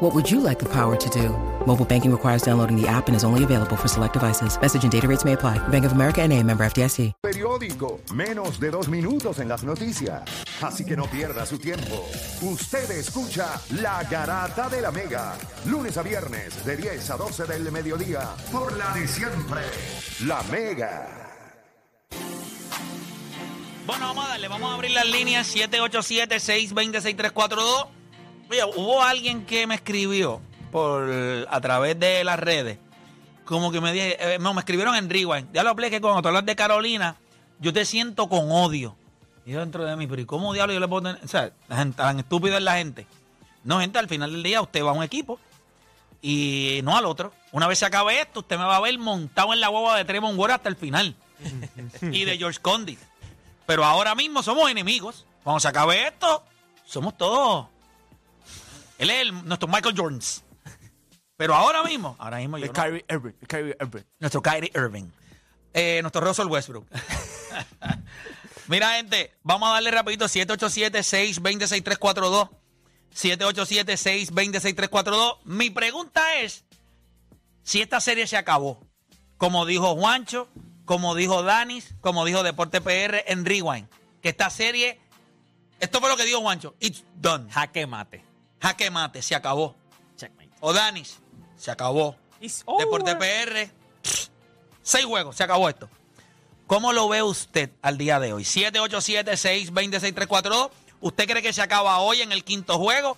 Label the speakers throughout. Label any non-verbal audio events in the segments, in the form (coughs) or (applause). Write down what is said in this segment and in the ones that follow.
Speaker 1: What would you like the power to do? Mobile banking requires downloading the app and is only available for select devices. Message and data rates may apply. Bank of America and a member FDIC.
Speaker 2: Periódico, menos de dos minutos en las noticias. Así que no pierda su tiempo. Usted escucha La Garata de la Mega, lunes a viernes de 10 a 12 del mediodía, por la de siempre, La Mega.
Speaker 3: Bueno, vamos a darle, vamos a abrir las líneas 787-620-6342. Oye, hubo alguien que me escribió por a través de las redes. Como que me dije, eh, no, me escribieron en Rewind. Ya lo hablé que cuando tú hablas de Carolina, yo te siento con odio. Y yo dentro de mí, pero ¿y cómo diablo yo le puedo tener? O sea, la gente, tan estúpida es la gente. No, gente, al final del día usted va a un equipo y no al otro. Una vez se acabe esto, usted me va a ver montado en la guagua de Tremont Ward hasta el final. y de George Condit. Pero ahora mismo somos enemigos. Cuando se acabe esto, somos todos. Él es el- nuestro Michael Jordans. Pero ahora mismo, ahora mismo yo
Speaker 4: El
Speaker 3: no-
Speaker 4: Kyrie Irving. el Kyrie Irving.
Speaker 3: nuestro Kyrie Irving, Eh, nuestro Russell
Speaker 5: (laughs)
Speaker 3: Westbrook. Mira, gente, vamos a darle rapidito 787-620-6342. 787-620-6342. Mi pregunta es si esta serie se acabó. Como dijo Juancho, como dijo Danis, como dijo Deporte PR en Rewind. Que esta serie, esto fue lo que dijo Juancho, it's done.
Speaker 5: Jaque mate.
Speaker 3: Jaque mate, se acabó.
Speaker 5: Checkmate.
Speaker 3: O Danis, se acabó.
Speaker 5: It's
Speaker 3: Deporte PR.
Speaker 5: over.
Speaker 3: Seis juegos, se acabó esto. ¿Cómo lo ve usted al día de hoy? 787-620-6342. ¿Usted cree que se acaba hoy en el quinto juego?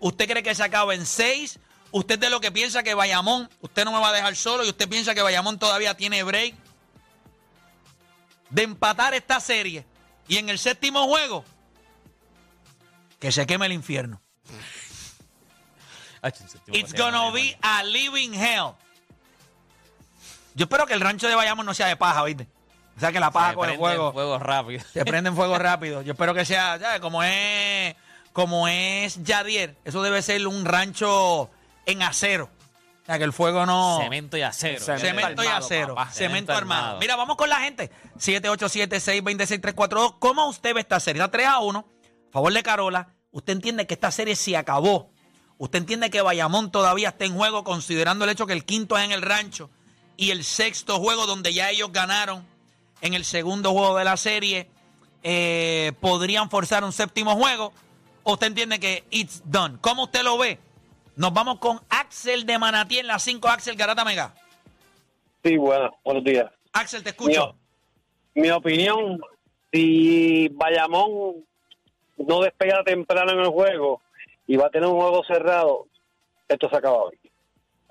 Speaker 3: ¿Usted cree que se acaba en seis? ¿Usted de lo que piensa que Bayamón, usted no me va a dejar solo y usted piensa que Bayamón todavía tiene break de empatar esta serie? Y en el séptimo juego, que se queme el infierno.
Speaker 5: Ah, chiste, tipo,
Speaker 3: It's
Speaker 5: se
Speaker 3: gonna
Speaker 5: llama,
Speaker 3: be
Speaker 5: hermano.
Speaker 3: a living hell. Yo espero que el rancho de Bayamón no sea de paja, ¿viste? O sea, que la paja
Speaker 5: Se
Speaker 3: con el
Speaker 5: prende
Speaker 3: fuego.
Speaker 5: el fuego rápido.
Speaker 3: Se prenden fuego rápido. Yo espero que sea, ¿sabes? Como es, como es Yadier. Eso debe ser un rancho en acero. O sea, que el fuego no...
Speaker 5: Cemento y acero.
Speaker 4: Cemento
Speaker 3: Cemento y
Speaker 4: armado,
Speaker 3: acero.
Speaker 5: papá.
Speaker 3: Cemento
Speaker 5: Cemento
Speaker 3: armado.
Speaker 5: armado.
Speaker 3: Mira, vamos con la gente. 787-626-342. ¿Cómo usted ve esta serie? Está 3 a 1. A favor de Carola. Usted entiende que esta serie se acabó. Usted entiende que Bayamón todavía está en juego, considerando el hecho que el quinto es en el rancho y el sexto juego, donde ya ellos ganaron en el segundo juego de la serie, eh, podrían forzar un séptimo juego. ¿O usted entiende que it's done? ¿Cómo usted lo ve? Nos vamos con Axel de Manatí en las 5, Axel Garata Mega.
Speaker 6: Sí, bueno, buenos días.
Speaker 3: Axel, te escucho.
Speaker 6: Mi, mi opinión, si Bayamón no despega temprano en el juego y va a tener un juego cerrado, esto se acaba hoy.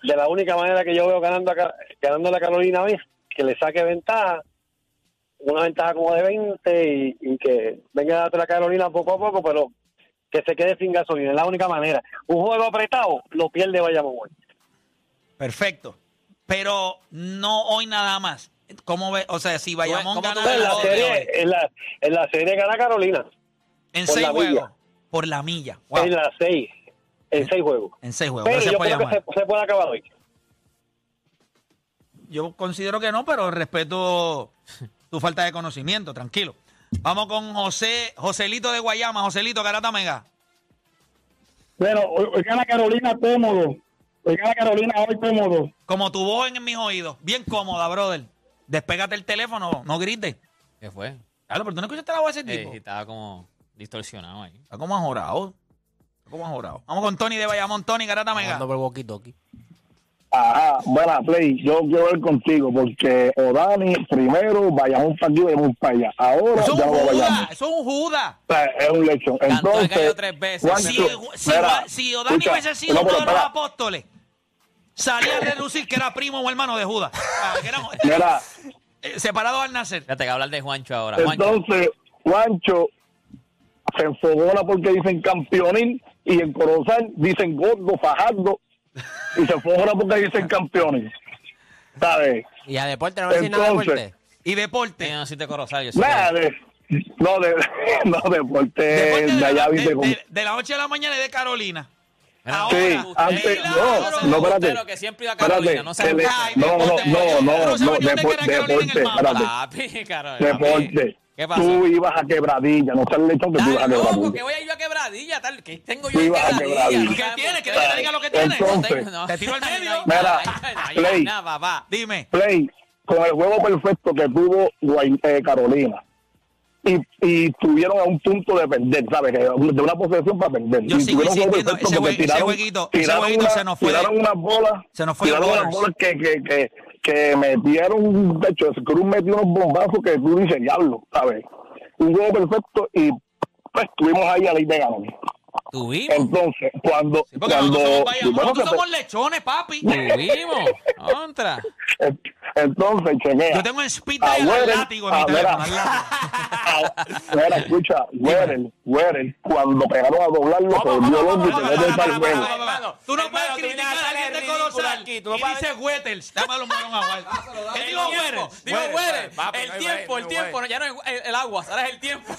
Speaker 6: De la única manera que yo veo ganando a, Ca- ganando a la Carolina hoy es que le saque ventaja, una ventaja como de 20 y, y que venga a la Carolina poco a poco, pero que se quede sin gasolina, es la única manera. Un juego apretado lo pierde Bayamón hoy.
Speaker 3: Perfecto. Pero no hoy nada más. ¿Cómo ve? O sea, si Bayamón
Speaker 5: ¿Cómo tú
Speaker 3: gana
Speaker 5: ves
Speaker 6: En la
Speaker 3: el juego de
Speaker 6: serie,
Speaker 3: hoy,
Speaker 6: en la, en la serie gana Carolina.
Speaker 3: en
Speaker 6: por
Speaker 3: seis
Speaker 6: la milla.
Speaker 3: juegos, por la milla. Wow.
Speaker 6: en las seis, en seis juegos.
Speaker 3: En seis juegos.
Speaker 6: Pero
Speaker 3: Gracias
Speaker 6: yo
Speaker 3: por
Speaker 6: creo que
Speaker 3: llamar.
Speaker 6: se, se puede acabar hoy.
Speaker 3: Yo considero que no, pero respeto tu falta de conocimiento, tranquilo. Vamos con José, Joselito de Guayama, Joselito Garata Mega.
Speaker 7: Bueno, hoy, hoy gana Carolina cómodo. Hoy gana Carolina hoy cómodo.
Speaker 3: Como tu voz en mis oídos, bien cómoda, brother. Despégate el teléfono, no grites.
Speaker 5: (laughs) ¿Qué fue?
Speaker 3: Claro, pero tú no escuchaste la voz de ese
Speaker 5: Eh,
Speaker 3: tipo.
Speaker 5: estaba como distorsionado ahí.
Speaker 3: Está como ajorado. Está como ajorado. Vamos con Tony de Bayamón, Tony Garata Mega.
Speaker 4: Jugando por walkie-talkie.
Speaker 7: Ajá, buena play. Yo quiero ver contigo porque Odani primero, vayamos para aquí, vayamos para allá. Ahora
Speaker 3: Eso es
Speaker 7: ya
Speaker 3: un
Speaker 7: no
Speaker 3: Judas,
Speaker 7: vayamos.
Speaker 3: eso es un Judas.
Speaker 7: O sea, Es un lechón.
Speaker 5: Cantó el
Speaker 7: Entonces,
Speaker 5: gallo tres veces.
Speaker 7: Juan,
Speaker 5: me
Speaker 3: Si,
Speaker 7: tú-
Speaker 5: acuerdo.
Speaker 3: si,
Speaker 7: Mira,
Speaker 3: si Odani
Speaker 7: escucha,
Speaker 3: hubiese sido
Speaker 7: no, pero
Speaker 3: uno de los
Speaker 7: espera.
Speaker 3: apóstoles, salía a reducir que era primo o hermano de Judas. Ah, que
Speaker 7: (laughs)
Speaker 3: eran,
Speaker 7: Mira,
Speaker 3: eh, separados al nacer.
Speaker 5: Fíjate que hablar de Juancho ahora. Juancho.
Speaker 7: entonces, Juancho se enfogona porque dicen campeonil y en Corozal dicen gordo, fajardo y se enfogona porque dicen campeonil. ¿Sabes?
Speaker 4: Y a deporte, no le decís nada de
Speaker 7: Entonces,
Speaker 4: deporte.
Speaker 3: Y
Speaker 5: Eh,
Speaker 3: deporte.
Speaker 5: no, sí te corozal, yo sí
Speaker 7: Nada
Speaker 5: te-
Speaker 7: de- No, de, (laughs) no,
Speaker 3: Deporte
Speaker 7: deporte
Speaker 3: de,
Speaker 7: de
Speaker 3: la,
Speaker 7: allá
Speaker 3: de-
Speaker 7: viste con-
Speaker 3: de- de las 8 de la mañana y de Carolina.
Speaker 5: Mira,
Speaker 3: Ahora,
Speaker 7: Sí,
Speaker 3: usted-
Speaker 7: antes,
Speaker 3: Milagro,
Speaker 7: no, no, espérate.
Speaker 5: Usted lo que siempre iba a Carolina,
Speaker 7: Espérate,
Speaker 5: no
Speaker 7: tele-
Speaker 5: se
Speaker 3: Ay,
Speaker 7: no, no,
Speaker 3: deporte,
Speaker 7: no, no,
Speaker 3: pero
Speaker 7: no,
Speaker 3: sabe dónde
Speaker 7: depo-
Speaker 3: queda Carolina en el
Speaker 7: deporte,
Speaker 3: mapa.
Speaker 7: espérate,
Speaker 5: Papi, (laughs) Carolina.
Speaker 7: deporte.
Speaker 5: ¿Qué pasó?
Speaker 7: Tú ibas a quebradilla, no estás lechón que tú ibas a
Speaker 5: Dale, loco, que
Speaker 7: quebradilla.
Speaker 5: voy a ir yo a quebradilla, tal, que tengo
Speaker 7: Tú
Speaker 5: yo en
Speaker 7: ibas a
Speaker 5: quebradilla.
Speaker 7: Quebradilla.
Speaker 5: no
Speaker 3: ¿Qué tienes?
Speaker 5: sabemos
Speaker 3: ¿Qué
Speaker 5: ustedes.
Speaker 3: te diga lo que tienes?
Speaker 5: No
Speaker 7: Entonces-
Speaker 5: tengo- no.
Speaker 3: Te tiro al medio.
Speaker 5: Ay,
Speaker 7: (laughs) Mira,
Speaker 5: ay, ay,
Speaker 7: Play.
Speaker 5: nada, papá.
Speaker 3: Dime.
Speaker 7: Play con el juego perfecto que tuvo Guay- eh, Carolina. Y, y tuvieron a un punto de perder, ¿sabes? Que De una posesión para perder.
Speaker 3: Yo
Speaker 7: y
Speaker 3: sigo
Speaker 7: tuvieron un juego
Speaker 3: insistiendo,
Speaker 7: perfecto
Speaker 3: ese
Speaker 7: porque
Speaker 3: jue- ese
Speaker 7: tiraron-
Speaker 3: jueguito- ese
Speaker 7: tiraron
Speaker 3: jueguito
Speaker 7: una-
Speaker 3: se nos fue.
Speaker 7: Tiraron unas bolas.
Speaker 3: Se nos fue
Speaker 7: tiraron
Speaker 3: el
Speaker 7: unas
Speaker 3: Waters.
Speaker 7: bolas que, que, que, que metieron, de hecho, Cruz metió unos bombazos que tú dices, diablo, ¿sabes? Un juego perfecto y pues estuvimos ahí a la de ganar.
Speaker 5: Tuvimos,
Speaker 7: Entonces, cuando.
Speaker 3: Sí, porque
Speaker 7: cuando
Speaker 3: nosotros somos Bayamón,
Speaker 7: bueno,
Speaker 3: nosotros
Speaker 7: que-
Speaker 3: somos lechones, papi.
Speaker 5: tuvimos. Contra.
Speaker 7: entonces, chequea.
Speaker 3: Yo tengo el speed
Speaker 7: Ah,
Speaker 3: dial al
Speaker 7: Werner,
Speaker 3: látigo en
Speaker 7: ah,
Speaker 3: mi teléfono.
Speaker 7: mira.
Speaker 3: al látigo.
Speaker 7: Ah, Mira, escucha, Werner, Werner, cuando pegaron a doblarlo, se volvió loco y se
Speaker 3: Para,
Speaker 7: metió
Speaker 3: para,
Speaker 7: el pal
Speaker 3: para, para,
Speaker 7: juego.
Speaker 3: para, para.
Speaker 4: Hermano,
Speaker 3: Tú no
Speaker 4: hermano,
Speaker 3: puedes
Speaker 4: tú vienes
Speaker 3: criticar
Speaker 4: a
Speaker 3: a
Speaker 4: hacer
Speaker 3: alguien de
Speaker 4: ridículo
Speaker 3: Colosal.
Speaker 4: aquí,
Speaker 3: Y
Speaker 4: tú no puedes-
Speaker 3: dice Wethers. Dame a los marrón a (laughs) Walter. ¿Qué digo Wethers?
Speaker 5: Digo,
Speaker 4: Güeres,
Speaker 5: Güeres,
Speaker 4: papi, no
Speaker 5: el
Speaker 4: hay
Speaker 5: tiempo, el
Speaker 4: Güeres, no
Speaker 5: tiempo, no,
Speaker 4: hay
Speaker 5: ya no es el, el agua, ahora es el tiempo.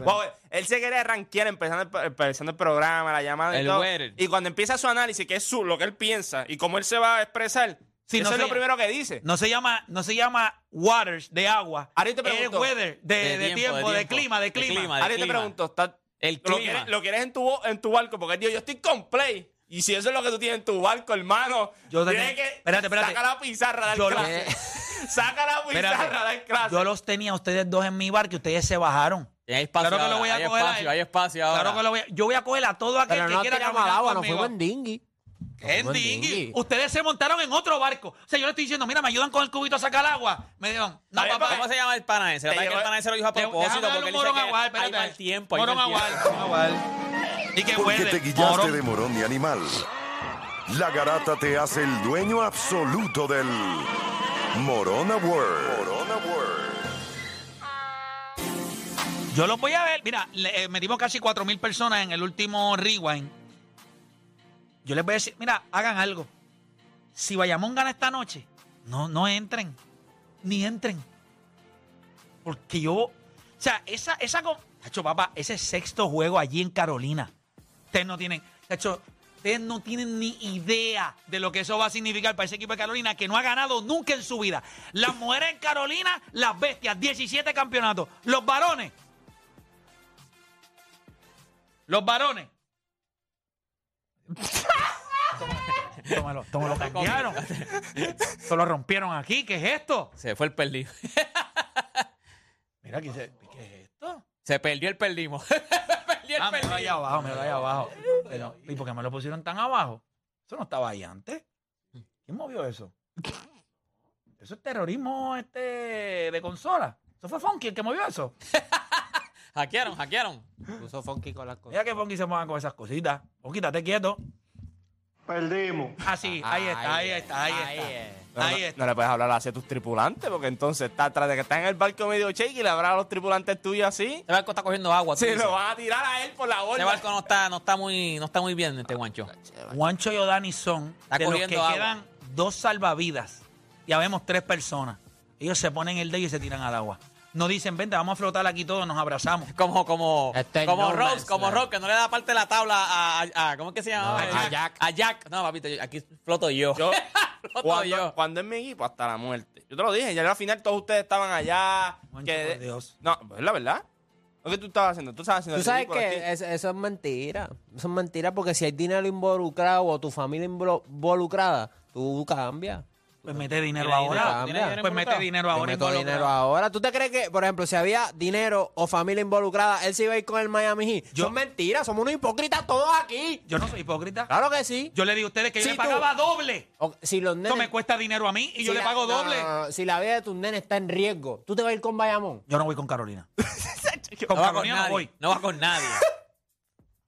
Speaker 4: Wow, él se quiere rankear empezando el, empezando el programa, la llamada y
Speaker 5: El
Speaker 4: todo.
Speaker 5: güero.
Speaker 4: Y cuando empieza su análisis, que es su, lo que él piensa y cómo él se va a expresar,
Speaker 3: Sí,
Speaker 4: eso
Speaker 3: no
Speaker 4: es
Speaker 3: sé.
Speaker 4: lo primero que dice.
Speaker 3: (laughs) No se llama, no se llama Waters de agua.
Speaker 4: Ahora yo te
Speaker 3: es
Speaker 4: pregunto.
Speaker 3: weather de, de tiempo, de clima, de clima.
Speaker 5: de
Speaker 4: Ahora yo te
Speaker 5: clima.
Speaker 4: pregunto, ¿está-
Speaker 5: El
Speaker 4: lo,
Speaker 5: clima.
Speaker 4: quieres, lo quieres en tu, bo- en tu barco? Porque él dijo, yo estoy con play. Y si eso es lo que tú tienes en tu barco, hermano,
Speaker 3: Yo te
Speaker 4: tienes
Speaker 3: tengo-
Speaker 4: que
Speaker 3: espérate, espérate.
Speaker 4: saca la pizarra, dar
Speaker 3: Yo lo-
Speaker 4: clase. (laughs) saca la pizarra,
Speaker 3: Espérate.
Speaker 4: dar clase.
Speaker 3: Yo los tenía a ustedes dos en mi barco y ustedes se bajaron.
Speaker 5: Hay espacio
Speaker 3: Claro que lo
Speaker 5: ahora,
Speaker 3: voy a
Speaker 5: hay
Speaker 3: coger a
Speaker 5: espacio,
Speaker 3: él.
Speaker 5: hay espacio ahora.
Speaker 3: Claro que lo voy a, yo voy a coger a todo aquel
Speaker 4: Pero
Speaker 3: que
Speaker 4: no
Speaker 3: quiera
Speaker 4: tiramos
Speaker 3: caminar
Speaker 4: agua, nos
Speaker 3: conmigo.
Speaker 4: fuimos en Dingui.
Speaker 3: En
Speaker 4: fuimos en
Speaker 3: dinghy.
Speaker 4: dinghy.
Speaker 3: Ustedes se montaron en otro barco. O sea, yo le estoy diciendo, mira, me ayudan con el cubito a sacar agua. Me dijeron, no,
Speaker 4: Oye,
Speaker 3: papá.
Speaker 5: ¿Cómo se llama el pana ese?
Speaker 4: Te
Speaker 5: Ataque
Speaker 4: llevo-
Speaker 5: el pana ese lo dijo a
Speaker 3: Déjame
Speaker 5: propósito
Speaker 3: darle
Speaker 5: porque
Speaker 3: un
Speaker 5: él dice
Speaker 3: morón a Wal,
Speaker 5: que hay
Speaker 3: espérate.
Speaker 5: mal tiempo. hay
Speaker 3: Morón
Speaker 5: mal
Speaker 3: a Wal,
Speaker 5: tiempo.
Speaker 3: morón a Wal. Y que
Speaker 2: Porque
Speaker 3: huele,
Speaker 2: te guillaste
Speaker 3: morón.
Speaker 2: de morón de animal. La garata te hace el dueño absoluto del Morona World. Morona World.
Speaker 3: Yo los voy a ver. Mira, le- eh, metimos casi 4.000 personas en el último rewind. Yo les voy a decir, mira, hagan algo. Si Bayamón gana esta noche, no, no entren. Ni entren. Porque yo. O sea, esa, esa. co- Tacho, papá, ese sexto juego allí en Carolina. Ustedes no tienen. Tacho, ustedes no tienen ni idea de lo que eso va a significar para ese equipo de Carolina que no ha ganado nunca en su vida. Las mujeres en Carolina, las bestias, 17 campeonatos. Los varones. Los varones. tómalo, tómalo, cambiaron. Esto lo rompieron aquí. ¿Qué es esto?
Speaker 5: (laughs) Se fue el perdido.
Speaker 3: Mira, ¿qué, se- qué es esto?
Speaker 5: Se perdió el perdimo. (laughs) Se perdió el
Speaker 3: Ah, me lo ahí
Speaker 5: perdimo.
Speaker 3: abajo, me lo ahí abajo. Pero, ¿Y por qué me lo pusieron tan abajo? Eso no estaba ahí antes. ¿Quién movió eso? Eso es terrorismo este, de consola. Eso fue Funky el que movió eso.
Speaker 5: Hackearon, hackearon.
Speaker 4: Puso funky con las
Speaker 3: Mira que Funky se mueva con esas cositas. Funky, estate quieto. Perdimos. Así, ahí está, ahí está, ahí, está.
Speaker 4: No,
Speaker 3: Ahí
Speaker 4: no-
Speaker 3: está.
Speaker 4: no le puedes hablar así a tus tripulantes, porque entonces está atrás de que estás en el barco medio shake y le hablas a los tripulantes tuyos así.
Speaker 5: Ese barco está cogiendo agua. tú
Speaker 4: Se
Speaker 5: dices.
Speaker 4: lo van a tirar a él por la
Speaker 5: Ese
Speaker 4: borda.
Speaker 5: barco no está, no está muy, no está muy bien, este guancho.
Speaker 3: Juancho y Odani son
Speaker 5: Está
Speaker 3: de los que
Speaker 5: cogiendo agua.
Speaker 3: quedan dos salvavidas. Ya vemos tres personas. Ellos se ponen el dedo y se tiran al agua. No dicen, vente, vamos a flotar aquí todos, nos abrazamos. Pues
Speaker 5: Como, como,
Speaker 8: Este es
Speaker 5: como
Speaker 8: no
Speaker 5: Rose,
Speaker 8: man's
Speaker 5: como
Speaker 8: land.
Speaker 5: Rose, que no le da parte de la tabla a, a- a- ¿cómo es que se llama?
Speaker 8: No, a Jack.
Speaker 5: A Jack. No, papito, yo- aquí floto yo.
Speaker 3: (laughs)
Speaker 4: Yo,
Speaker 5: (laughs) floto
Speaker 4: cuando,
Speaker 5: yo.
Speaker 4: cuando es mi equipo, hasta la muerte. Yo te lo dije, ya al final todos ustedes estaban allá.
Speaker 3: Mancho,
Speaker 4: que-
Speaker 3: por Dios.
Speaker 4: No, pues, es la verdad. Lo que tú estabas haciendo, tú estabas haciendo
Speaker 8: Tú
Speaker 4: el
Speaker 8: sabes
Speaker 4: ridículo aquí. (laughs)
Speaker 8: que es- eso es mentira. Eso es mentira porque si hay dinero involucrado o tu familia involucrada, tú cambias. Tú
Speaker 3: Pues mete dinero
Speaker 5: Tiene
Speaker 3: ahora.
Speaker 5: dinero, tiene dinero
Speaker 3: Pues mete
Speaker 5: involucrado.
Speaker 3: dinero
Speaker 8: Yo
Speaker 3: ahora.
Speaker 8: meto
Speaker 3: involucrado.
Speaker 8: dinero ahora. ¿Tú te crees que, por ejemplo, si había dinero o familia involucrada, él se iba a ir con el Miami Heat?
Speaker 3: Yo-
Speaker 8: Son mentiras, somos unos hipócritas todos aquí.
Speaker 3: Yo no soy hipócrita.
Speaker 8: Claro que sí.
Speaker 3: Yo le digo a ustedes que yo
Speaker 8: Ah. Sí,
Speaker 3: le
Speaker 8: tú.
Speaker 3: pagaba doble.
Speaker 8: O- si los
Speaker 3: Esto
Speaker 8: nenes,
Speaker 3: me cuesta dinero a mí y yo
Speaker 8: si
Speaker 3: le
Speaker 8: la-
Speaker 3: pago
Speaker 8: no, (laughs)
Speaker 3: doble.
Speaker 8: no, no, si la vida de tus nenes está en riesgo, ¿tú te vas a ir con Bayamón?
Speaker 3: Yo no voy con
Speaker 8: (laughs)
Speaker 3: Carolina. con
Speaker 5: No va con
Speaker 3: Carolina no
Speaker 5: nadie.
Speaker 3: voy.
Speaker 5: No va con nadie.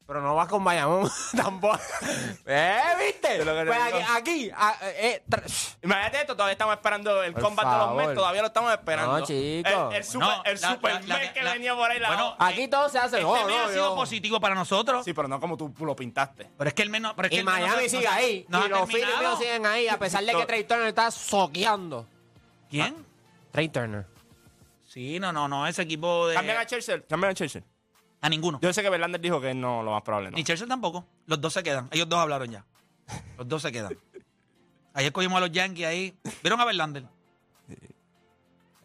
Speaker 8: Pero no vas con Bayamón tampoco. (laughs) ¿Eh? ¿Viste?
Speaker 4: Es lo que te
Speaker 8: Pues
Speaker 4: digo.
Speaker 8: aquí, aquí, a- eh, tr-
Speaker 4: Imagínate esto, todavía estamos esperando el
Speaker 8: Por
Speaker 4: combat de los
Speaker 8: favor.
Speaker 4: Mets, todavía lo estamos esperando.
Speaker 8: No, chico.
Speaker 4: El, el super,
Speaker 3: No,
Speaker 4: el
Speaker 3: la-
Speaker 4: super
Speaker 3: la- la-
Speaker 4: Mets que
Speaker 3: la-
Speaker 4: venía por ahí. La,
Speaker 3: Bueno,
Speaker 8: aquí todo se hace.
Speaker 3: Este
Speaker 8: no,
Speaker 3: mes
Speaker 8: no,
Speaker 3: ha sido
Speaker 8: yo-
Speaker 3: positivo para nosotros.
Speaker 4: sí, pero no como tú lo pintaste.
Speaker 3: Pero es que el menos. Pero es que
Speaker 8: Y
Speaker 3: el menos-
Speaker 8: Miami
Speaker 3: no-
Speaker 8: sigue
Speaker 3: no-
Speaker 8: ahí.
Speaker 3: no ha
Speaker 8: y los
Speaker 3: terminado.
Speaker 8: Phillies siguen ahí, a pesar de que
Speaker 4: No.
Speaker 8: Trey Turner está soqueando.
Speaker 3: ¿Quién?
Speaker 8: Trey Turner.
Speaker 3: Sí, no, no, no. Ese equipo de.
Speaker 4: Cambian a Churchill. Cambian a Churchill.
Speaker 3: A ninguno.
Speaker 4: Yo sé que Verlander dijo que no, lo más probable no.
Speaker 3: Ni Chelsea tampoco. Los dos se quedan. Ellos dos hablaron ya. Los dos se quedan. Ayer cogimos a los Yankees ahí. ¿Vieron a Verlander?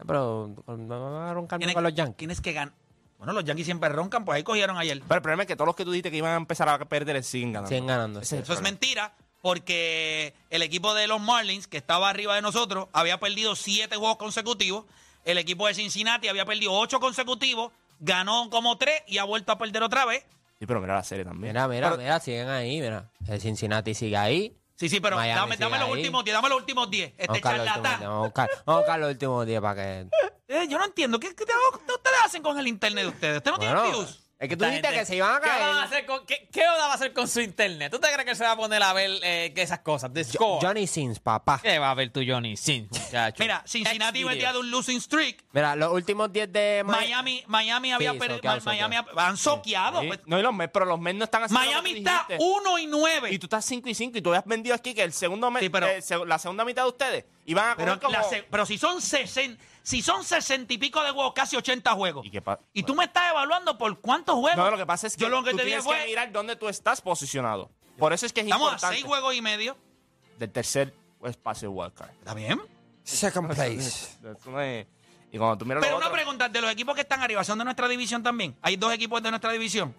Speaker 8: Pero no van a roncar
Speaker 3: Tienes-
Speaker 8: con los Yankees.
Speaker 3: Tienes que ganar. Bueno, los Yankees siempre roncan, pues ahí cogieron ayer.
Speaker 4: Pero el problema es que todos los que tú dijiste que iban a empezar a perder siguen ganando.
Speaker 8: Siguen ganando. sí.
Speaker 3: Eso es mentira, porque el equipo de los Marlins, que estaba arriba de nosotros, había perdido siete juegos consecutivos. El equipo de Cincinnati había perdido ocho consecutivos, ganó como tres y ha vuelto a perder otra vez.
Speaker 4: Sí, pero mira la serie también.
Speaker 8: Mira, mira,
Speaker 4: Pero-
Speaker 8: mira, siguen ahí, mira. El Cincinnati sigue ahí.
Speaker 3: Sí, sí, pero
Speaker 8: Miami
Speaker 3: dame,
Speaker 8: sigue
Speaker 3: dame los
Speaker 8: ahí.
Speaker 3: últimos diez, dame los últimos diez. Este
Speaker 8: Vamos a buscar los últimos
Speaker 3: charlatán.
Speaker 8: días, vamos a buscar- vamos a buscar los últimos días para que...
Speaker 3: Eh, yo no entiendo. ¿Qué, qué diablos ustedes hacen con el internet de ustedes? ¿Ustedes no tienen
Speaker 8: Bueno,
Speaker 3: views?
Speaker 8: es que tú
Speaker 5: Esta
Speaker 8: dijiste
Speaker 5: gente-
Speaker 8: que se iban a
Speaker 5: ¿Qué van a
Speaker 8: caer.
Speaker 5: hacer con, qué, qué Oda va a hacer con su internet? ¿Tú te crees que él se va a poner a ver eh, que esas cosas? Discord.
Speaker 8: Johnny Sins, papá.
Speaker 3: Eh.
Speaker 5: ¿Qué va a ver tú, Johnny? Sin, muchacho.
Speaker 3: Mira, Cincinnati
Speaker 5: Xvideos.
Speaker 3: vendía de un losing streak.
Speaker 8: Mira, los últimos 10 de Ma-
Speaker 3: Miami, Miami había
Speaker 8: Sí,
Speaker 3: perdido.
Speaker 8: soqueado,
Speaker 3: Miami
Speaker 8: soqueado.
Speaker 3: ha- han soqueado.
Speaker 4: Sí.
Speaker 3: pues.
Speaker 4: No, y los Mets, pero los Mets no están haciendo lo que
Speaker 3: Miami
Speaker 4: tú
Speaker 3: está
Speaker 4: dijiste.
Speaker 3: 1 y 9.
Speaker 4: Y tú estás 5 y 5 y tú habías vendido aquí que el segundo mes,
Speaker 3: Sí, pero-
Speaker 4: eh, seg- la segunda mitad de ustedes iban a
Speaker 3: Pero,
Speaker 4: comer como...
Speaker 3: la se- pero si son 60, si son 60 y pico de juegos, casi 80 juegos.
Speaker 4: ¿Y qué pa-
Speaker 3: tú me estás evaluando por cuántos juegos.
Speaker 4: No, lo que pasa es que,
Speaker 3: yo lo que
Speaker 4: tú
Speaker 3: te dije
Speaker 4: tienes
Speaker 3: fue,
Speaker 4: que mirar dónde tú estás posicionado. Por eso es que es
Speaker 3: estamos a
Speaker 4: importante.
Speaker 3: 6 juegos y medio.
Speaker 4: Del tercer espacio wildcard.
Speaker 3: Está bien.
Speaker 8: Second place.
Speaker 4: Eso no es- Y cuando tú miras
Speaker 3: Pero
Speaker 4: los
Speaker 3: una
Speaker 4: otros-
Speaker 3: pregunta, de los equipos que están arriba, ¿son de nuestra división también? Hay dos equipos de nuestra división.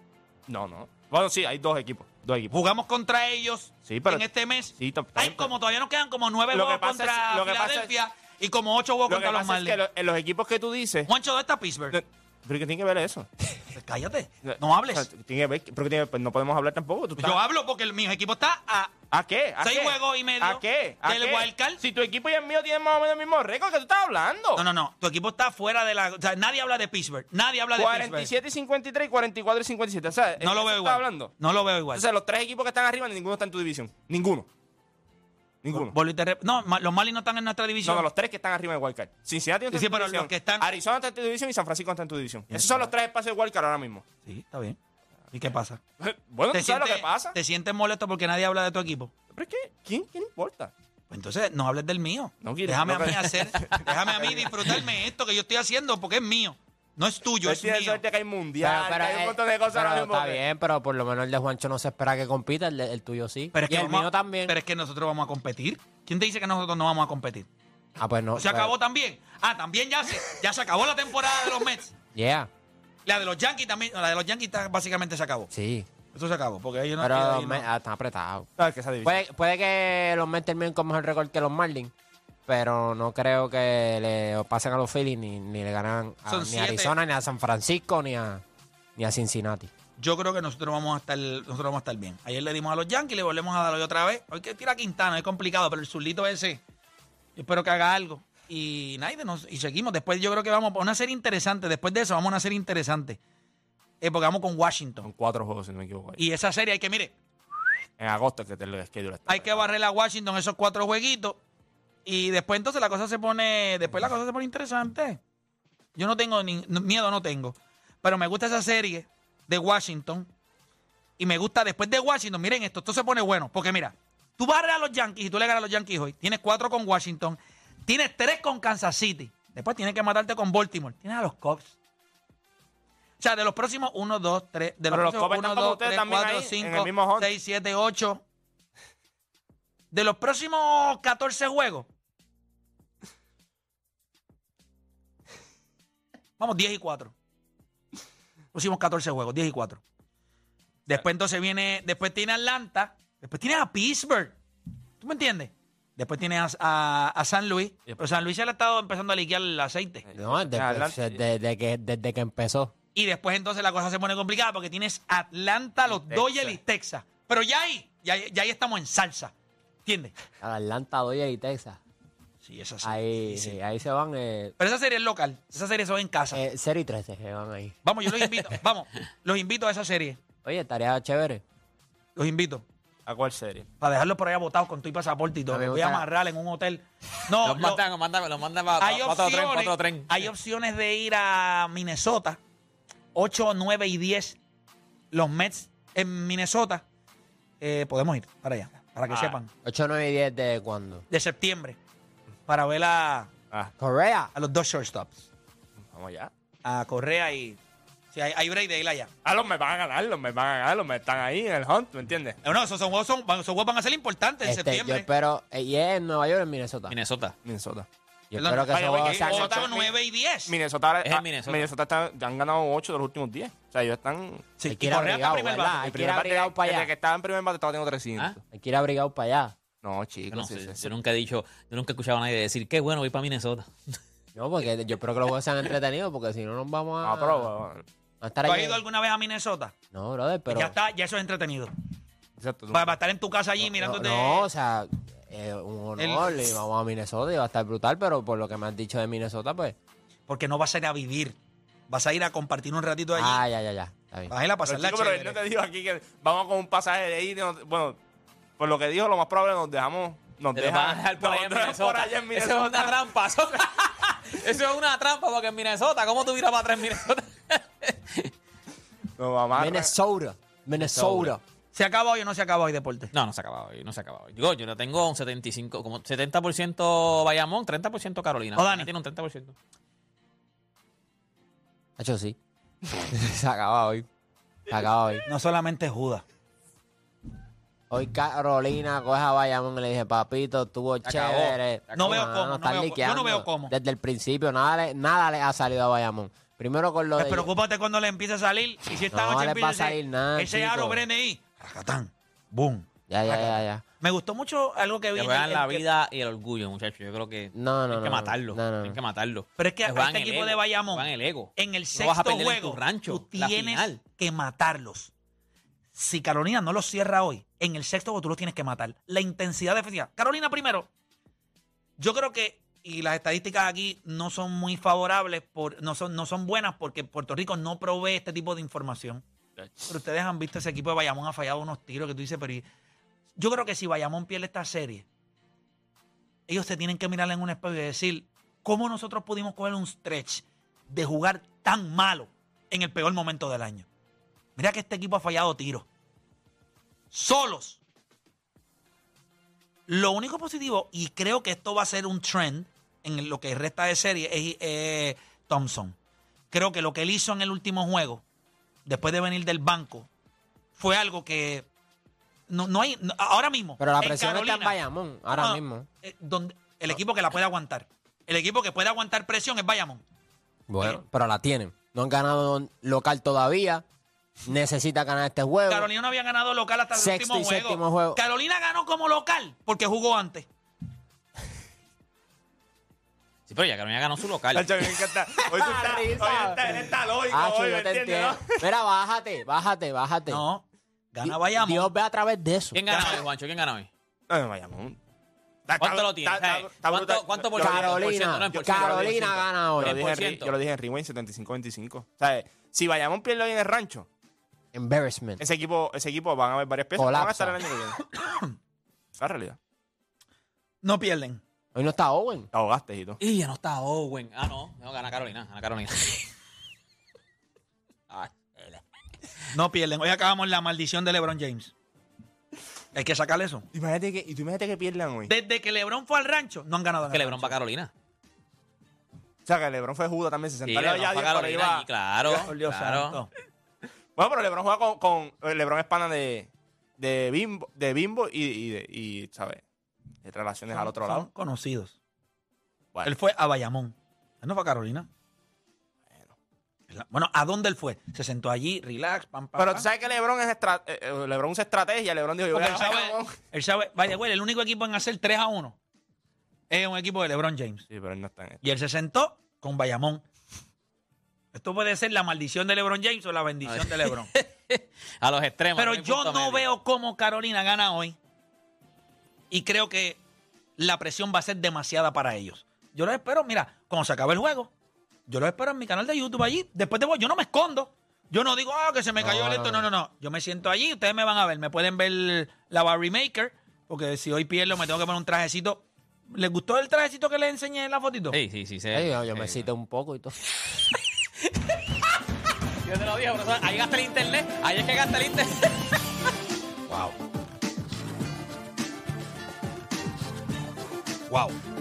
Speaker 4: No, no. Bueno, sí, hay dos equipos. Dos equipos.
Speaker 3: Jugamos contra ellos
Speaker 4: Sí, pero-
Speaker 3: en este mes.
Speaker 4: Sí, está- está
Speaker 3: Hay
Speaker 4: bien,
Speaker 3: como todavía nos quedan como 9
Speaker 4: Lo que
Speaker 3: juegos
Speaker 4: pasa es-
Speaker 3: contra
Speaker 4: lo que pasa es-
Speaker 3: Filadelfia y como 8 juegos
Speaker 4: Lo que
Speaker 3: contra los
Speaker 4: pasa es que
Speaker 3: Marlins.
Speaker 4: lo- en los equipos que tú dices...
Speaker 3: Juancho, ¿dónde está Pittsburgh?
Speaker 4: no- ¿Pero qué tiene que ver eso?
Speaker 3: Pues cállate, no hables.
Speaker 4: O sea, tiene que ver- pero que tiene- pues no podemos hablar tampoco. Tú estás-
Speaker 3: Yo hablo porque el- mi equipo está a
Speaker 4: ¿A qué? ¿A
Speaker 3: Seis
Speaker 4: qué?
Speaker 3: juegos y medio
Speaker 4: ¿A qué? ¿A
Speaker 3: del
Speaker 4: qué?
Speaker 3: wild card.
Speaker 4: Si tu equipo y el mío tienen más o menos el mismo récord, ¿qué tú estás hablando?
Speaker 3: No, no, no. Tu equipo está fuera de la. O sea, nadie habla de Pittsburgh. Nadie habla de Pittsburgh.
Speaker 4: 47 y 53 y 44 y 57. O sea,
Speaker 3: pues, No lo veo igual.
Speaker 4: estás hablando?
Speaker 3: No lo veo igual.
Speaker 4: Entonces, los tres equipos que están arriba, ninguno está en tu división. Ninguno. Ninguno.
Speaker 3: Vuelvo y te rep- No, ma- los Marlins no están en nuestra
Speaker 4: No,
Speaker 3: división.
Speaker 4: no, los tres que están arriba de Wildcard. Cincinnati no está
Speaker 3: Sí, sí,
Speaker 4: en tu
Speaker 3: pero
Speaker 4: división.
Speaker 3: los que están-
Speaker 4: Arizona está en tu división y San Francisco está en tu división. Esos son los tres espacios de Wildcard ahora mismo. (laughs)
Speaker 3: Sí, está bien. ¿Y qué pasa?
Speaker 4: Bueno, ¿tú sabes lo que pasa?
Speaker 3: ¿Te sientes molesto porque nadie habla de tu equipo?
Speaker 4: Pero es que, ¿quién, quién importa?
Speaker 3: Pues entonces, no hables del mío.
Speaker 4: No quiero-
Speaker 3: déjame
Speaker 4: no
Speaker 3: a mí
Speaker 4: quiero.
Speaker 3: hacer. déjame a mí disfrutarme esto que yo estoy haciendo porque es mío. No es tuyo,
Speaker 4: Ustedes
Speaker 8: Pues
Speaker 3: es
Speaker 4: tienen
Speaker 3: mío.
Speaker 4: suerte que hay mundial,
Speaker 8: Pero-
Speaker 4: que
Speaker 8: pero
Speaker 4: hay un
Speaker 8: el-
Speaker 4: montón de cosas
Speaker 8: pero
Speaker 4: ahora mismo.
Speaker 8: Está
Speaker 4: que-
Speaker 8: bien, pero por lo menos el de Juancho no se espera que compita, el, de- el tuyo sí.
Speaker 3: Pero es
Speaker 8: y
Speaker 3: que
Speaker 8: el
Speaker 3: vamos a-
Speaker 8: mío también.
Speaker 3: Pero es que nosotros vamos a competir. ¿Quién te dice que nosotros no vamos a competir?
Speaker 8: Ah, pues no.
Speaker 3: ¿Se
Speaker 8: pero-
Speaker 3: acabó también? Ah, también ya se, ya se acabó la temporada de los Mets.
Speaker 8: Yeah,
Speaker 3: La de los Yankees también. La de los Yankees ta- básicamente se acabó.
Speaker 8: sí.
Speaker 3: Eso se acabó, porque ellos no...
Speaker 8: Pero
Speaker 3: ahí
Speaker 8: los
Speaker 3: no-
Speaker 8: Mets, ah, están apretados.
Speaker 4: No, es que esa división.
Speaker 8: Puede, puede que los Mets terminen con mejor récord que los Marlins, pero no creo que le pasen a los Phillies ni, ni le ganan a,
Speaker 3: Son
Speaker 8: ni
Speaker 3: siete.
Speaker 8: a Arizona, ni a San Francisco, ni a, ni a Cincinnati.
Speaker 3: Yo creo que nosotros vamos a estar nosotros vamos a estar bien. Ayer le dimos a los Yankees, le volvemos a dar hoy otra vez. Hoy que tira Quintana, es complicado, pero el zulito ese, yo espero que haga algo. Y nadie nos, y seguimos. Después yo creo que vamos a una serie interesante. Después de eso vamos a una serie interesante. Eh, porque vamos con
Speaker 4: Son
Speaker 3: Washington.
Speaker 4: cuatro juegos, si no me equivoco.
Speaker 3: Y esa serie hay que, mire,
Speaker 4: En agosto es que te lo schedule está.
Speaker 3: hay que barrer a Washington esos cuatro jueguitos. Y después entonces la cosa se pone, después la cosa se pone interesante. Yo no tengo ni, no- miedo, no tengo. Pero me gusta esa serie de Washington. Y me gusta después de Washington, miren esto, esto se pone bueno. Porque mira, tú barres a los Yankees y tú le ganas a los Yankees hoy. Tienes cuatro con Washington, tienes tres con Kansas City. Después tienes que matarte con Baltimore. Tienes a los Cubs. O sea, de los próximos 1, 2, 3, de los
Speaker 4: Pero los
Speaker 3: próximos 1,
Speaker 4: Cubs están como
Speaker 3: 2,
Speaker 4: ustedes
Speaker 3: 3,
Speaker 4: también
Speaker 3: 4,
Speaker 4: ahí, en
Speaker 3: 5,
Speaker 4: el mismo hunt.
Speaker 3: 6, 7, 8. De los próximos 14 juegos. Vamos, 10 y 4. Pusimos 14 juegos, 10 y 4. Después entonces viene, después tiene Atlanta, después tiene a Pittsburgh. ¿Tú me entiendes? Después tiene a, a- a San Luis. Pero San Luis se le ha estado empezando a liquear el aceite.
Speaker 8: No,
Speaker 4: Atlanta-
Speaker 8: desde, desde que, desde que empezó.
Speaker 3: Y después entonces la cosa se pone complicada porque tienes Atlanta, los
Speaker 4: Texas.
Speaker 3: Dodgers y Texas. Pero ya ahí, ya, ya ahí estamos en salsa. ¿Entiendes?
Speaker 8: Atlanta, Dodgers y Texas.
Speaker 3: Sí, esa sí.
Speaker 8: Ahí,
Speaker 3: sí, sí.
Speaker 8: ahí se van. Eh,
Speaker 3: Pero esa serie es local. Esa serie se ve en casa.
Speaker 8: eh, 0 y 13 se van ahí.
Speaker 3: Vamos, yo los
Speaker 8: (laughs)
Speaker 3: invito. vamos, los invito a esa serie.
Speaker 8: Oye, tarea chévere.
Speaker 3: Los invito.
Speaker 4: ¿A cuál serie?
Speaker 3: Para dejarlos por allá botados con tu y pasaporte y todo.
Speaker 8: A mí me
Speaker 3: Los voy a
Speaker 8: gusta-
Speaker 3: amarrar en un hotel. No,
Speaker 5: Los
Speaker 3: lo-
Speaker 5: mandan, los mandan, los mandan para,
Speaker 3: hay,
Speaker 5: otro tren, pa'
Speaker 3: opciones,
Speaker 5: otro tren.
Speaker 3: hay opciones de ir a Minnesota. 8, 9 y 10. Los Mets en Minnesota. Eh, podemos ir para allá. Para que
Speaker 4: Ah.
Speaker 3: sepan.
Speaker 8: 8, 9 y 10 de cuándo.
Speaker 3: De septiembre. Para ver a,
Speaker 4: Ah,
Speaker 8: Correa.
Speaker 3: a los dos shortstops.
Speaker 4: vamos allá.
Speaker 3: A Correa y. Sí, hay, hay break de ir allá.
Speaker 4: Ah, los me van a ganar, los me van a ganar, los me están ahí en el hunt, ¿me entiendes?
Speaker 3: Eh, No, esos son, son- van- esos juegos van a ser importantes en
Speaker 8: Este, yo
Speaker 3: septiembre.
Speaker 8: espero. eh, y es en Nueva York o en Minnesota.
Speaker 5: Minnesota.
Speaker 4: Minnesota.
Speaker 8: Yo
Speaker 3: Perdón,
Speaker 8: espero que
Speaker 4: vaya,
Speaker 8: eso
Speaker 4: vaya,
Speaker 8: va
Speaker 4: que-
Speaker 8: sea-
Speaker 4: o-
Speaker 3: 8,
Speaker 4: ocho,
Speaker 3: 9 y 10.
Speaker 4: Minnesota, ahora-
Speaker 5: Es en
Speaker 4: ah,
Speaker 5: Minnesota.
Speaker 4: Minnesota está- ya han ganado 8 de los últimos 10. O sea, ellos están.
Speaker 3: Sí,
Speaker 8: hay que
Speaker 3: y
Speaker 8: ir
Speaker 3: Correa está
Speaker 8: abrigado,
Speaker 3: primer
Speaker 8: ¿verdad?
Speaker 3: bate.
Speaker 8: Hay que ir
Speaker 4: primer bate-
Speaker 8: abrigado para
Speaker 4: Desde que
Speaker 8: allá. ¿Ah?
Speaker 4: estaba en primer bate, estaba teniendo 300.
Speaker 8: Hay que ir abrigado para allá.
Speaker 4: No, chicos.
Speaker 5: No,
Speaker 4: sí,
Speaker 5: sé,
Speaker 4: sí,
Speaker 5: yo
Speaker 4: sí.
Speaker 5: nunca he dicho, yo nunca he escuchado a nadie decir, qué bueno, voy para Minnesota.
Speaker 8: No, porque yo espero que los juegos sean entretenidos, porque si no nos vamos a.
Speaker 4: No, pero. eh,
Speaker 8: a estar
Speaker 3: ¿Tú has
Speaker 8: allí.
Speaker 3: ido alguna vez a Minnesota?
Speaker 8: No, brother, pero.
Speaker 3: ya está, ya eso es entretenido.
Speaker 4: Exacto.
Speaker 3: Para, estar en tu casa allí
Speaker 8: No,
Speaker 3: mirándote.
Speaker 8: no, o sea, eh, un
Speaker 3: El-
Speaker 8: honor. Y vamos a Minnesota y va a estar brutal, pero por lo que me han dicho de Minnesota, pues.
Speaker 3: Porque no vas a ir a vivir. Vas a ir a compartir un ratito allí.
Speaker 8: Ah, ya, ya, ya. Está bien.
Speaker 3: vas a ir a
Speaker 4: Pero,
Speaker 3: pasarla
Speaker 4: chico, pero él
Speaker 3: chévere.
Speaker 4: no te dijo aquí que vamos con un pasaje de ahí. no- bueno, por lo que dijo, lo más probable nos dejamos. Nos
Speaker 5: Te lo van a (laughs) dejar por
Speaker 4: nos
Speaker 5: allá en
Speaker 4: dejan
Speaker 5: Minnesota.
Speaker 4: por allá
Speaker 5: Eso
Speaker 4: en
Speaker 5: es
Speaker 4: Minnesota.
Speaker 5: una trampa. Eso, eso es una trampa porque en Minnesota, ¿cómo tú miras para atrás en Minnesota? (laughs)
Speaker 4: Nos vamos a-
Speaker 8: Minnesota. Minnesota.
Speaker 3: ¿Se acaba hoy o no se acaba hoy deporte?
Speaker 5: No, no se acaba hoy, no se acaba hoy. Digo, yo no tengo un 75, como 70% Bayamón, 30% Carolina.
Speaker 3: O Oh, Dani.
Speaker 5: Tiene un 30%.
Speaker 8: Hacho, sí. (laughs) Se acaba hoy. Se acaba hoy.
Speaker 3: No solamente Judas.
Speaker 8: Hoy Carolina coge a Bayamón y le dije, papito, estuvo
Speaker 5: acabó.
Speaker 8: chévere.
Speaker 3: No veo cómo, no
Speaker 8: están
Speaker 3: veo cómo. Yo no
Speaker 8: liqueando.
Speaker 3: veo cómo.
Speaker 8: Desde el principio, nada le, nada le ha salido a Bayamón. Primero con lo
Speaker 3: Pues
Speaker 8: de.
Speaker 3: preocúpate cuando le empiece a salir. Y si esta
Speaker 8: No,
Speaker 3: noche
Speaker 8: le
Speaker 3: empieza
Speaker 8: va a salir nada,
Speaker 3: Ese
Speaker 8: chico.
Speaker 3: aro prende ahí. Racatán. Boom.
Speaker 8: Ya, ya, ya, ya.
Speaker 3: Me gustó mucho algo que vi.
Speaker 5: Te
Speaker 3: en
Speaker 5: juegan
Speaker 3: el-
Speaker 5: la
Speaker 3: que-
Speaker 5: vida y el orgullo, muchachos. Yo creo que
Speaker 8: No, no,
Speaker 5: hay que
Speaker 8: no,
Speaker 5: matarlo.
Speaker 8: no, no,
Speaker 5: Hay
Speaker 8: no.
Speaker 5: que matarlo.
Speaker 3: Pero es que
Speaker 5: Te
Speaker 3: a
Speaker 5: juegan
Speaker 3: este
Speaker 5: Pues el
Speaker 3: equipo
Speaker 5: ego,
Speaker 3: de Bayamón,
Speaker 5: te juegan el ego.
Speaker 3: En el
Speaker 5: Tú lo vas a
Speaker 3: sexto
Speaker 5: perder en tu
Speaker 3: juego,
Speaker 5: rancho,
Speaker 3: tú
Speaker 5: la
Speaker 3: tienes
Speaker 5: final.
Speaker 3: que matarlos. Si Carolina no los cierra hoy, en el sexto juego tú los tienes que matar. La intensidad defensiva. Carolina primero. Yo creo que, y las estadísticas aquí no son muy favorables, por, no, son, no son buenas porque Puerto Rico no provee este tipo de información. Pero ustedes han visto ese equipo de Bayamón ha fallado unos tiros que tú dices, pero y- yo creo que si Bayamón pierde esta serie, ellos se tienen que mirar en un espejo y decir, ¿cómo nosotros pudimos coger un stretch de jugar tan malo en el peor momento del año? Mira que este equipo ha fallado tiros. Solos. Lo único positivo, y creo que esto va a ser un trend en lo que resta de serie, es eh, Thompson. Creo que lo que él hizo en el último juego, después de venir del banco, fue algo que no, no hay. no- ahora mismo.
Speaker 8: Pero la
Speaker 3: en
Speaker 8: presión está en
Speaker 3: Carolina,
Speaker 8: Bayamón, ahora
Speaker 3: no,
Speaker 8: mismo. Ah.
Speaker 3: eh, donde, el equipo que la puede aguantar. El equipo que puede aguantar presión es Bayamón.
Speaker 8: Bueno, pero la tienen. No han ganado local todavía. Necesita ganar este juego.
Speaker 3: Carolina no había ganado local hasta el
Speaker 8: Sexto
Speaker 3: último
Speaker 8: y
Speaker 3: juego.
Speaker 8: séptimo juego.
Speaker 3: Carolina ganó como local porque jugó antes.
Speaker 5: Sí, pero ya Carolina ganó su local.
Speaker 4: Nacho, a mí me
Speaker 5: (laughs)
Speaker 4: encanta. Hoy tú estás. hoy
Speaker 8: Risa.
Speaker 4: está- él está lógico,
Speaker 8: Ah,
Speaker 4: hoy,
Speaker 8: yo
Speaker 4: ¿me
Speaker 8: te
Speaker 4: entiendes?
Speaker 8: entiendo. Mira, bájate, bájate, bájate.
Speaker 3: No, gana
Speaker 8: Di-
Speaker 3: Bayamón.
Speaker 8: Dios ve a través de eso.
Speaker 5: ¿Quién gana hoy, Juancho? ¿Quién gana hoy?
Speaker 4: No, no, Bayamón. Está-
Speaker 5: ¿Cuánto
Speaker 4: está-
Speaker 5: lo tienes?
Speaker 4: está-
Speaker 5: Eh,
Speaker 4: está- está
Speaker 5: ¿cuánto-
Speaker 4: brutal.
Speaker 5: cuánto por
Speaker 4: Lo-
Speaker 5: ciento?
Speaker 8: Carolina,
Speaker 5: no, en por ciento,
Speaker 8: Carolina
Speaker 5: en por ciento.
Speaker 8: gana hoy.
Speaker 4: Yo lo, dije, en
Speaker 5: 10%.
Speaker 4: Re- yo lo dije en Rewind 75-25. O sea, si Bayamón pierde hoy en el rancho,
Speaker 8: Embarrassment.
Speaker 4: ese equipo, ese equipo van a haber varias piezas. Van a
Speaker 8: Colapsa.
Speaker 4: estar el año que viene. (coughs) Esa es la realidad.
Speaker 3: No pierden.
Speaker 8: Hoy no está Owen.
Speaker 4: Te ahogaste, Hito.
Speaker 5: Y ya no está Owen. Ah, no. No, gana Carolina. Gana Carolina. Ay, ele.
Speaker 3: No pierden. Hoy acabamos la maldición de LeBron James. Hay que sacarle eso.
Speaker 4: Imagínate que, y tú imagínate que pierdan hoy.
Speaker 3: Desde que LeBron fue al rancho, no han ganado. en
Speaker 5: que
Speaker 3: el
Speaker 5: Lebron va a Carolina.
Speaker 4: O sea, que Lebron fue Judas también. Se
Speaker 5: Sí,
Speaker 4: sentaron
Speaker 5: Lebron
Speaker 4: allá
Speaker 5: va a
Speaker 4: Dios, por ahí
Speaker 5: Carolina.
Speaker 4: va.
Speaker 5: allí, claro.
Speaker 3: rancho. Dios
Speaker 5: claro.
Speaker 3: santo.
Speaker 4: Bueno, pero Lebron juega con. con- eh, Lebron es pana de, de Bimbo, de Bimbo y, y, de- y, ¿sabes? De relaciones al otro
Speaker 3: Son
Speaker 4: lado.
Speaker 3: conocidos.
Speaker 4: Bueno.
Speaker 3: Él fue a Bayamón. Él no fue a Carolina. Bueno, ¿a dónde él fue? Se sentó allí, relax, pam, pam.
Speaker 4: Pero
Speaker 3: pam.
Speaker 4: tú sabes que Lebron es estra- eh, eh, Lebron usa estrategia. Lebron dijo: Yo voy
Speaker 3: Porque
Speaker 4: a
Speaker 3: él
Speaker 4: ganar
Speaker 3: sabe,
Speaker 4: Bayamón.
Speaker 3: él sabe, by the way, el único equipo en hacer 3 a 1 es un equipo de LeBron James.
Speaker 4: Sí, pero él no está en esto.
Speaker 3: Y él se sentó con Bayamón. Esto puede ser la maldición de LeBron James o la bendición de LeBron.
Speaker 5: A los extremos.
Speaker 3: Pero
Speaker 5: hay
Speaker 3: yo
Speaker 5: punto
Speaker 3: no
Speaker 5: medio.
Speaker 3: veo cómo Carolina gana hoy. Y creo que la presión va a ser demasiada para ellos. Yo los espero, mira, cuando se acabe el juego, yo los espero en mi canal de YouTube allí. Después de vos, yo no me escondo. Yo no digo, ah, que se me
Speaker 8: No,
Speaker 3: cayó el
Speaker 8: no,
Speaker 3: esto.
Speaker 8: no.
Speaker 3: No, no, no. Yo me siento allí, ustedes me van a ver. Me pueden ver la Barry Maker, porque si hoy pierdo me tengo que poner un trajecito. ¿Les gustó el trajecito que les enseñé en la fotito?
Speaker 5: Sí, sí, sí. se-
Speaker 8: Ey, yo, yo
Speaker 5: eh,
Speaker 8: me cité un poco y todo.
Speaker 5: Yo te lo dije, profesor. Ahí gasta el internet. Ahí es que gasta el internet. (laughs)
Speaker 3: Wow.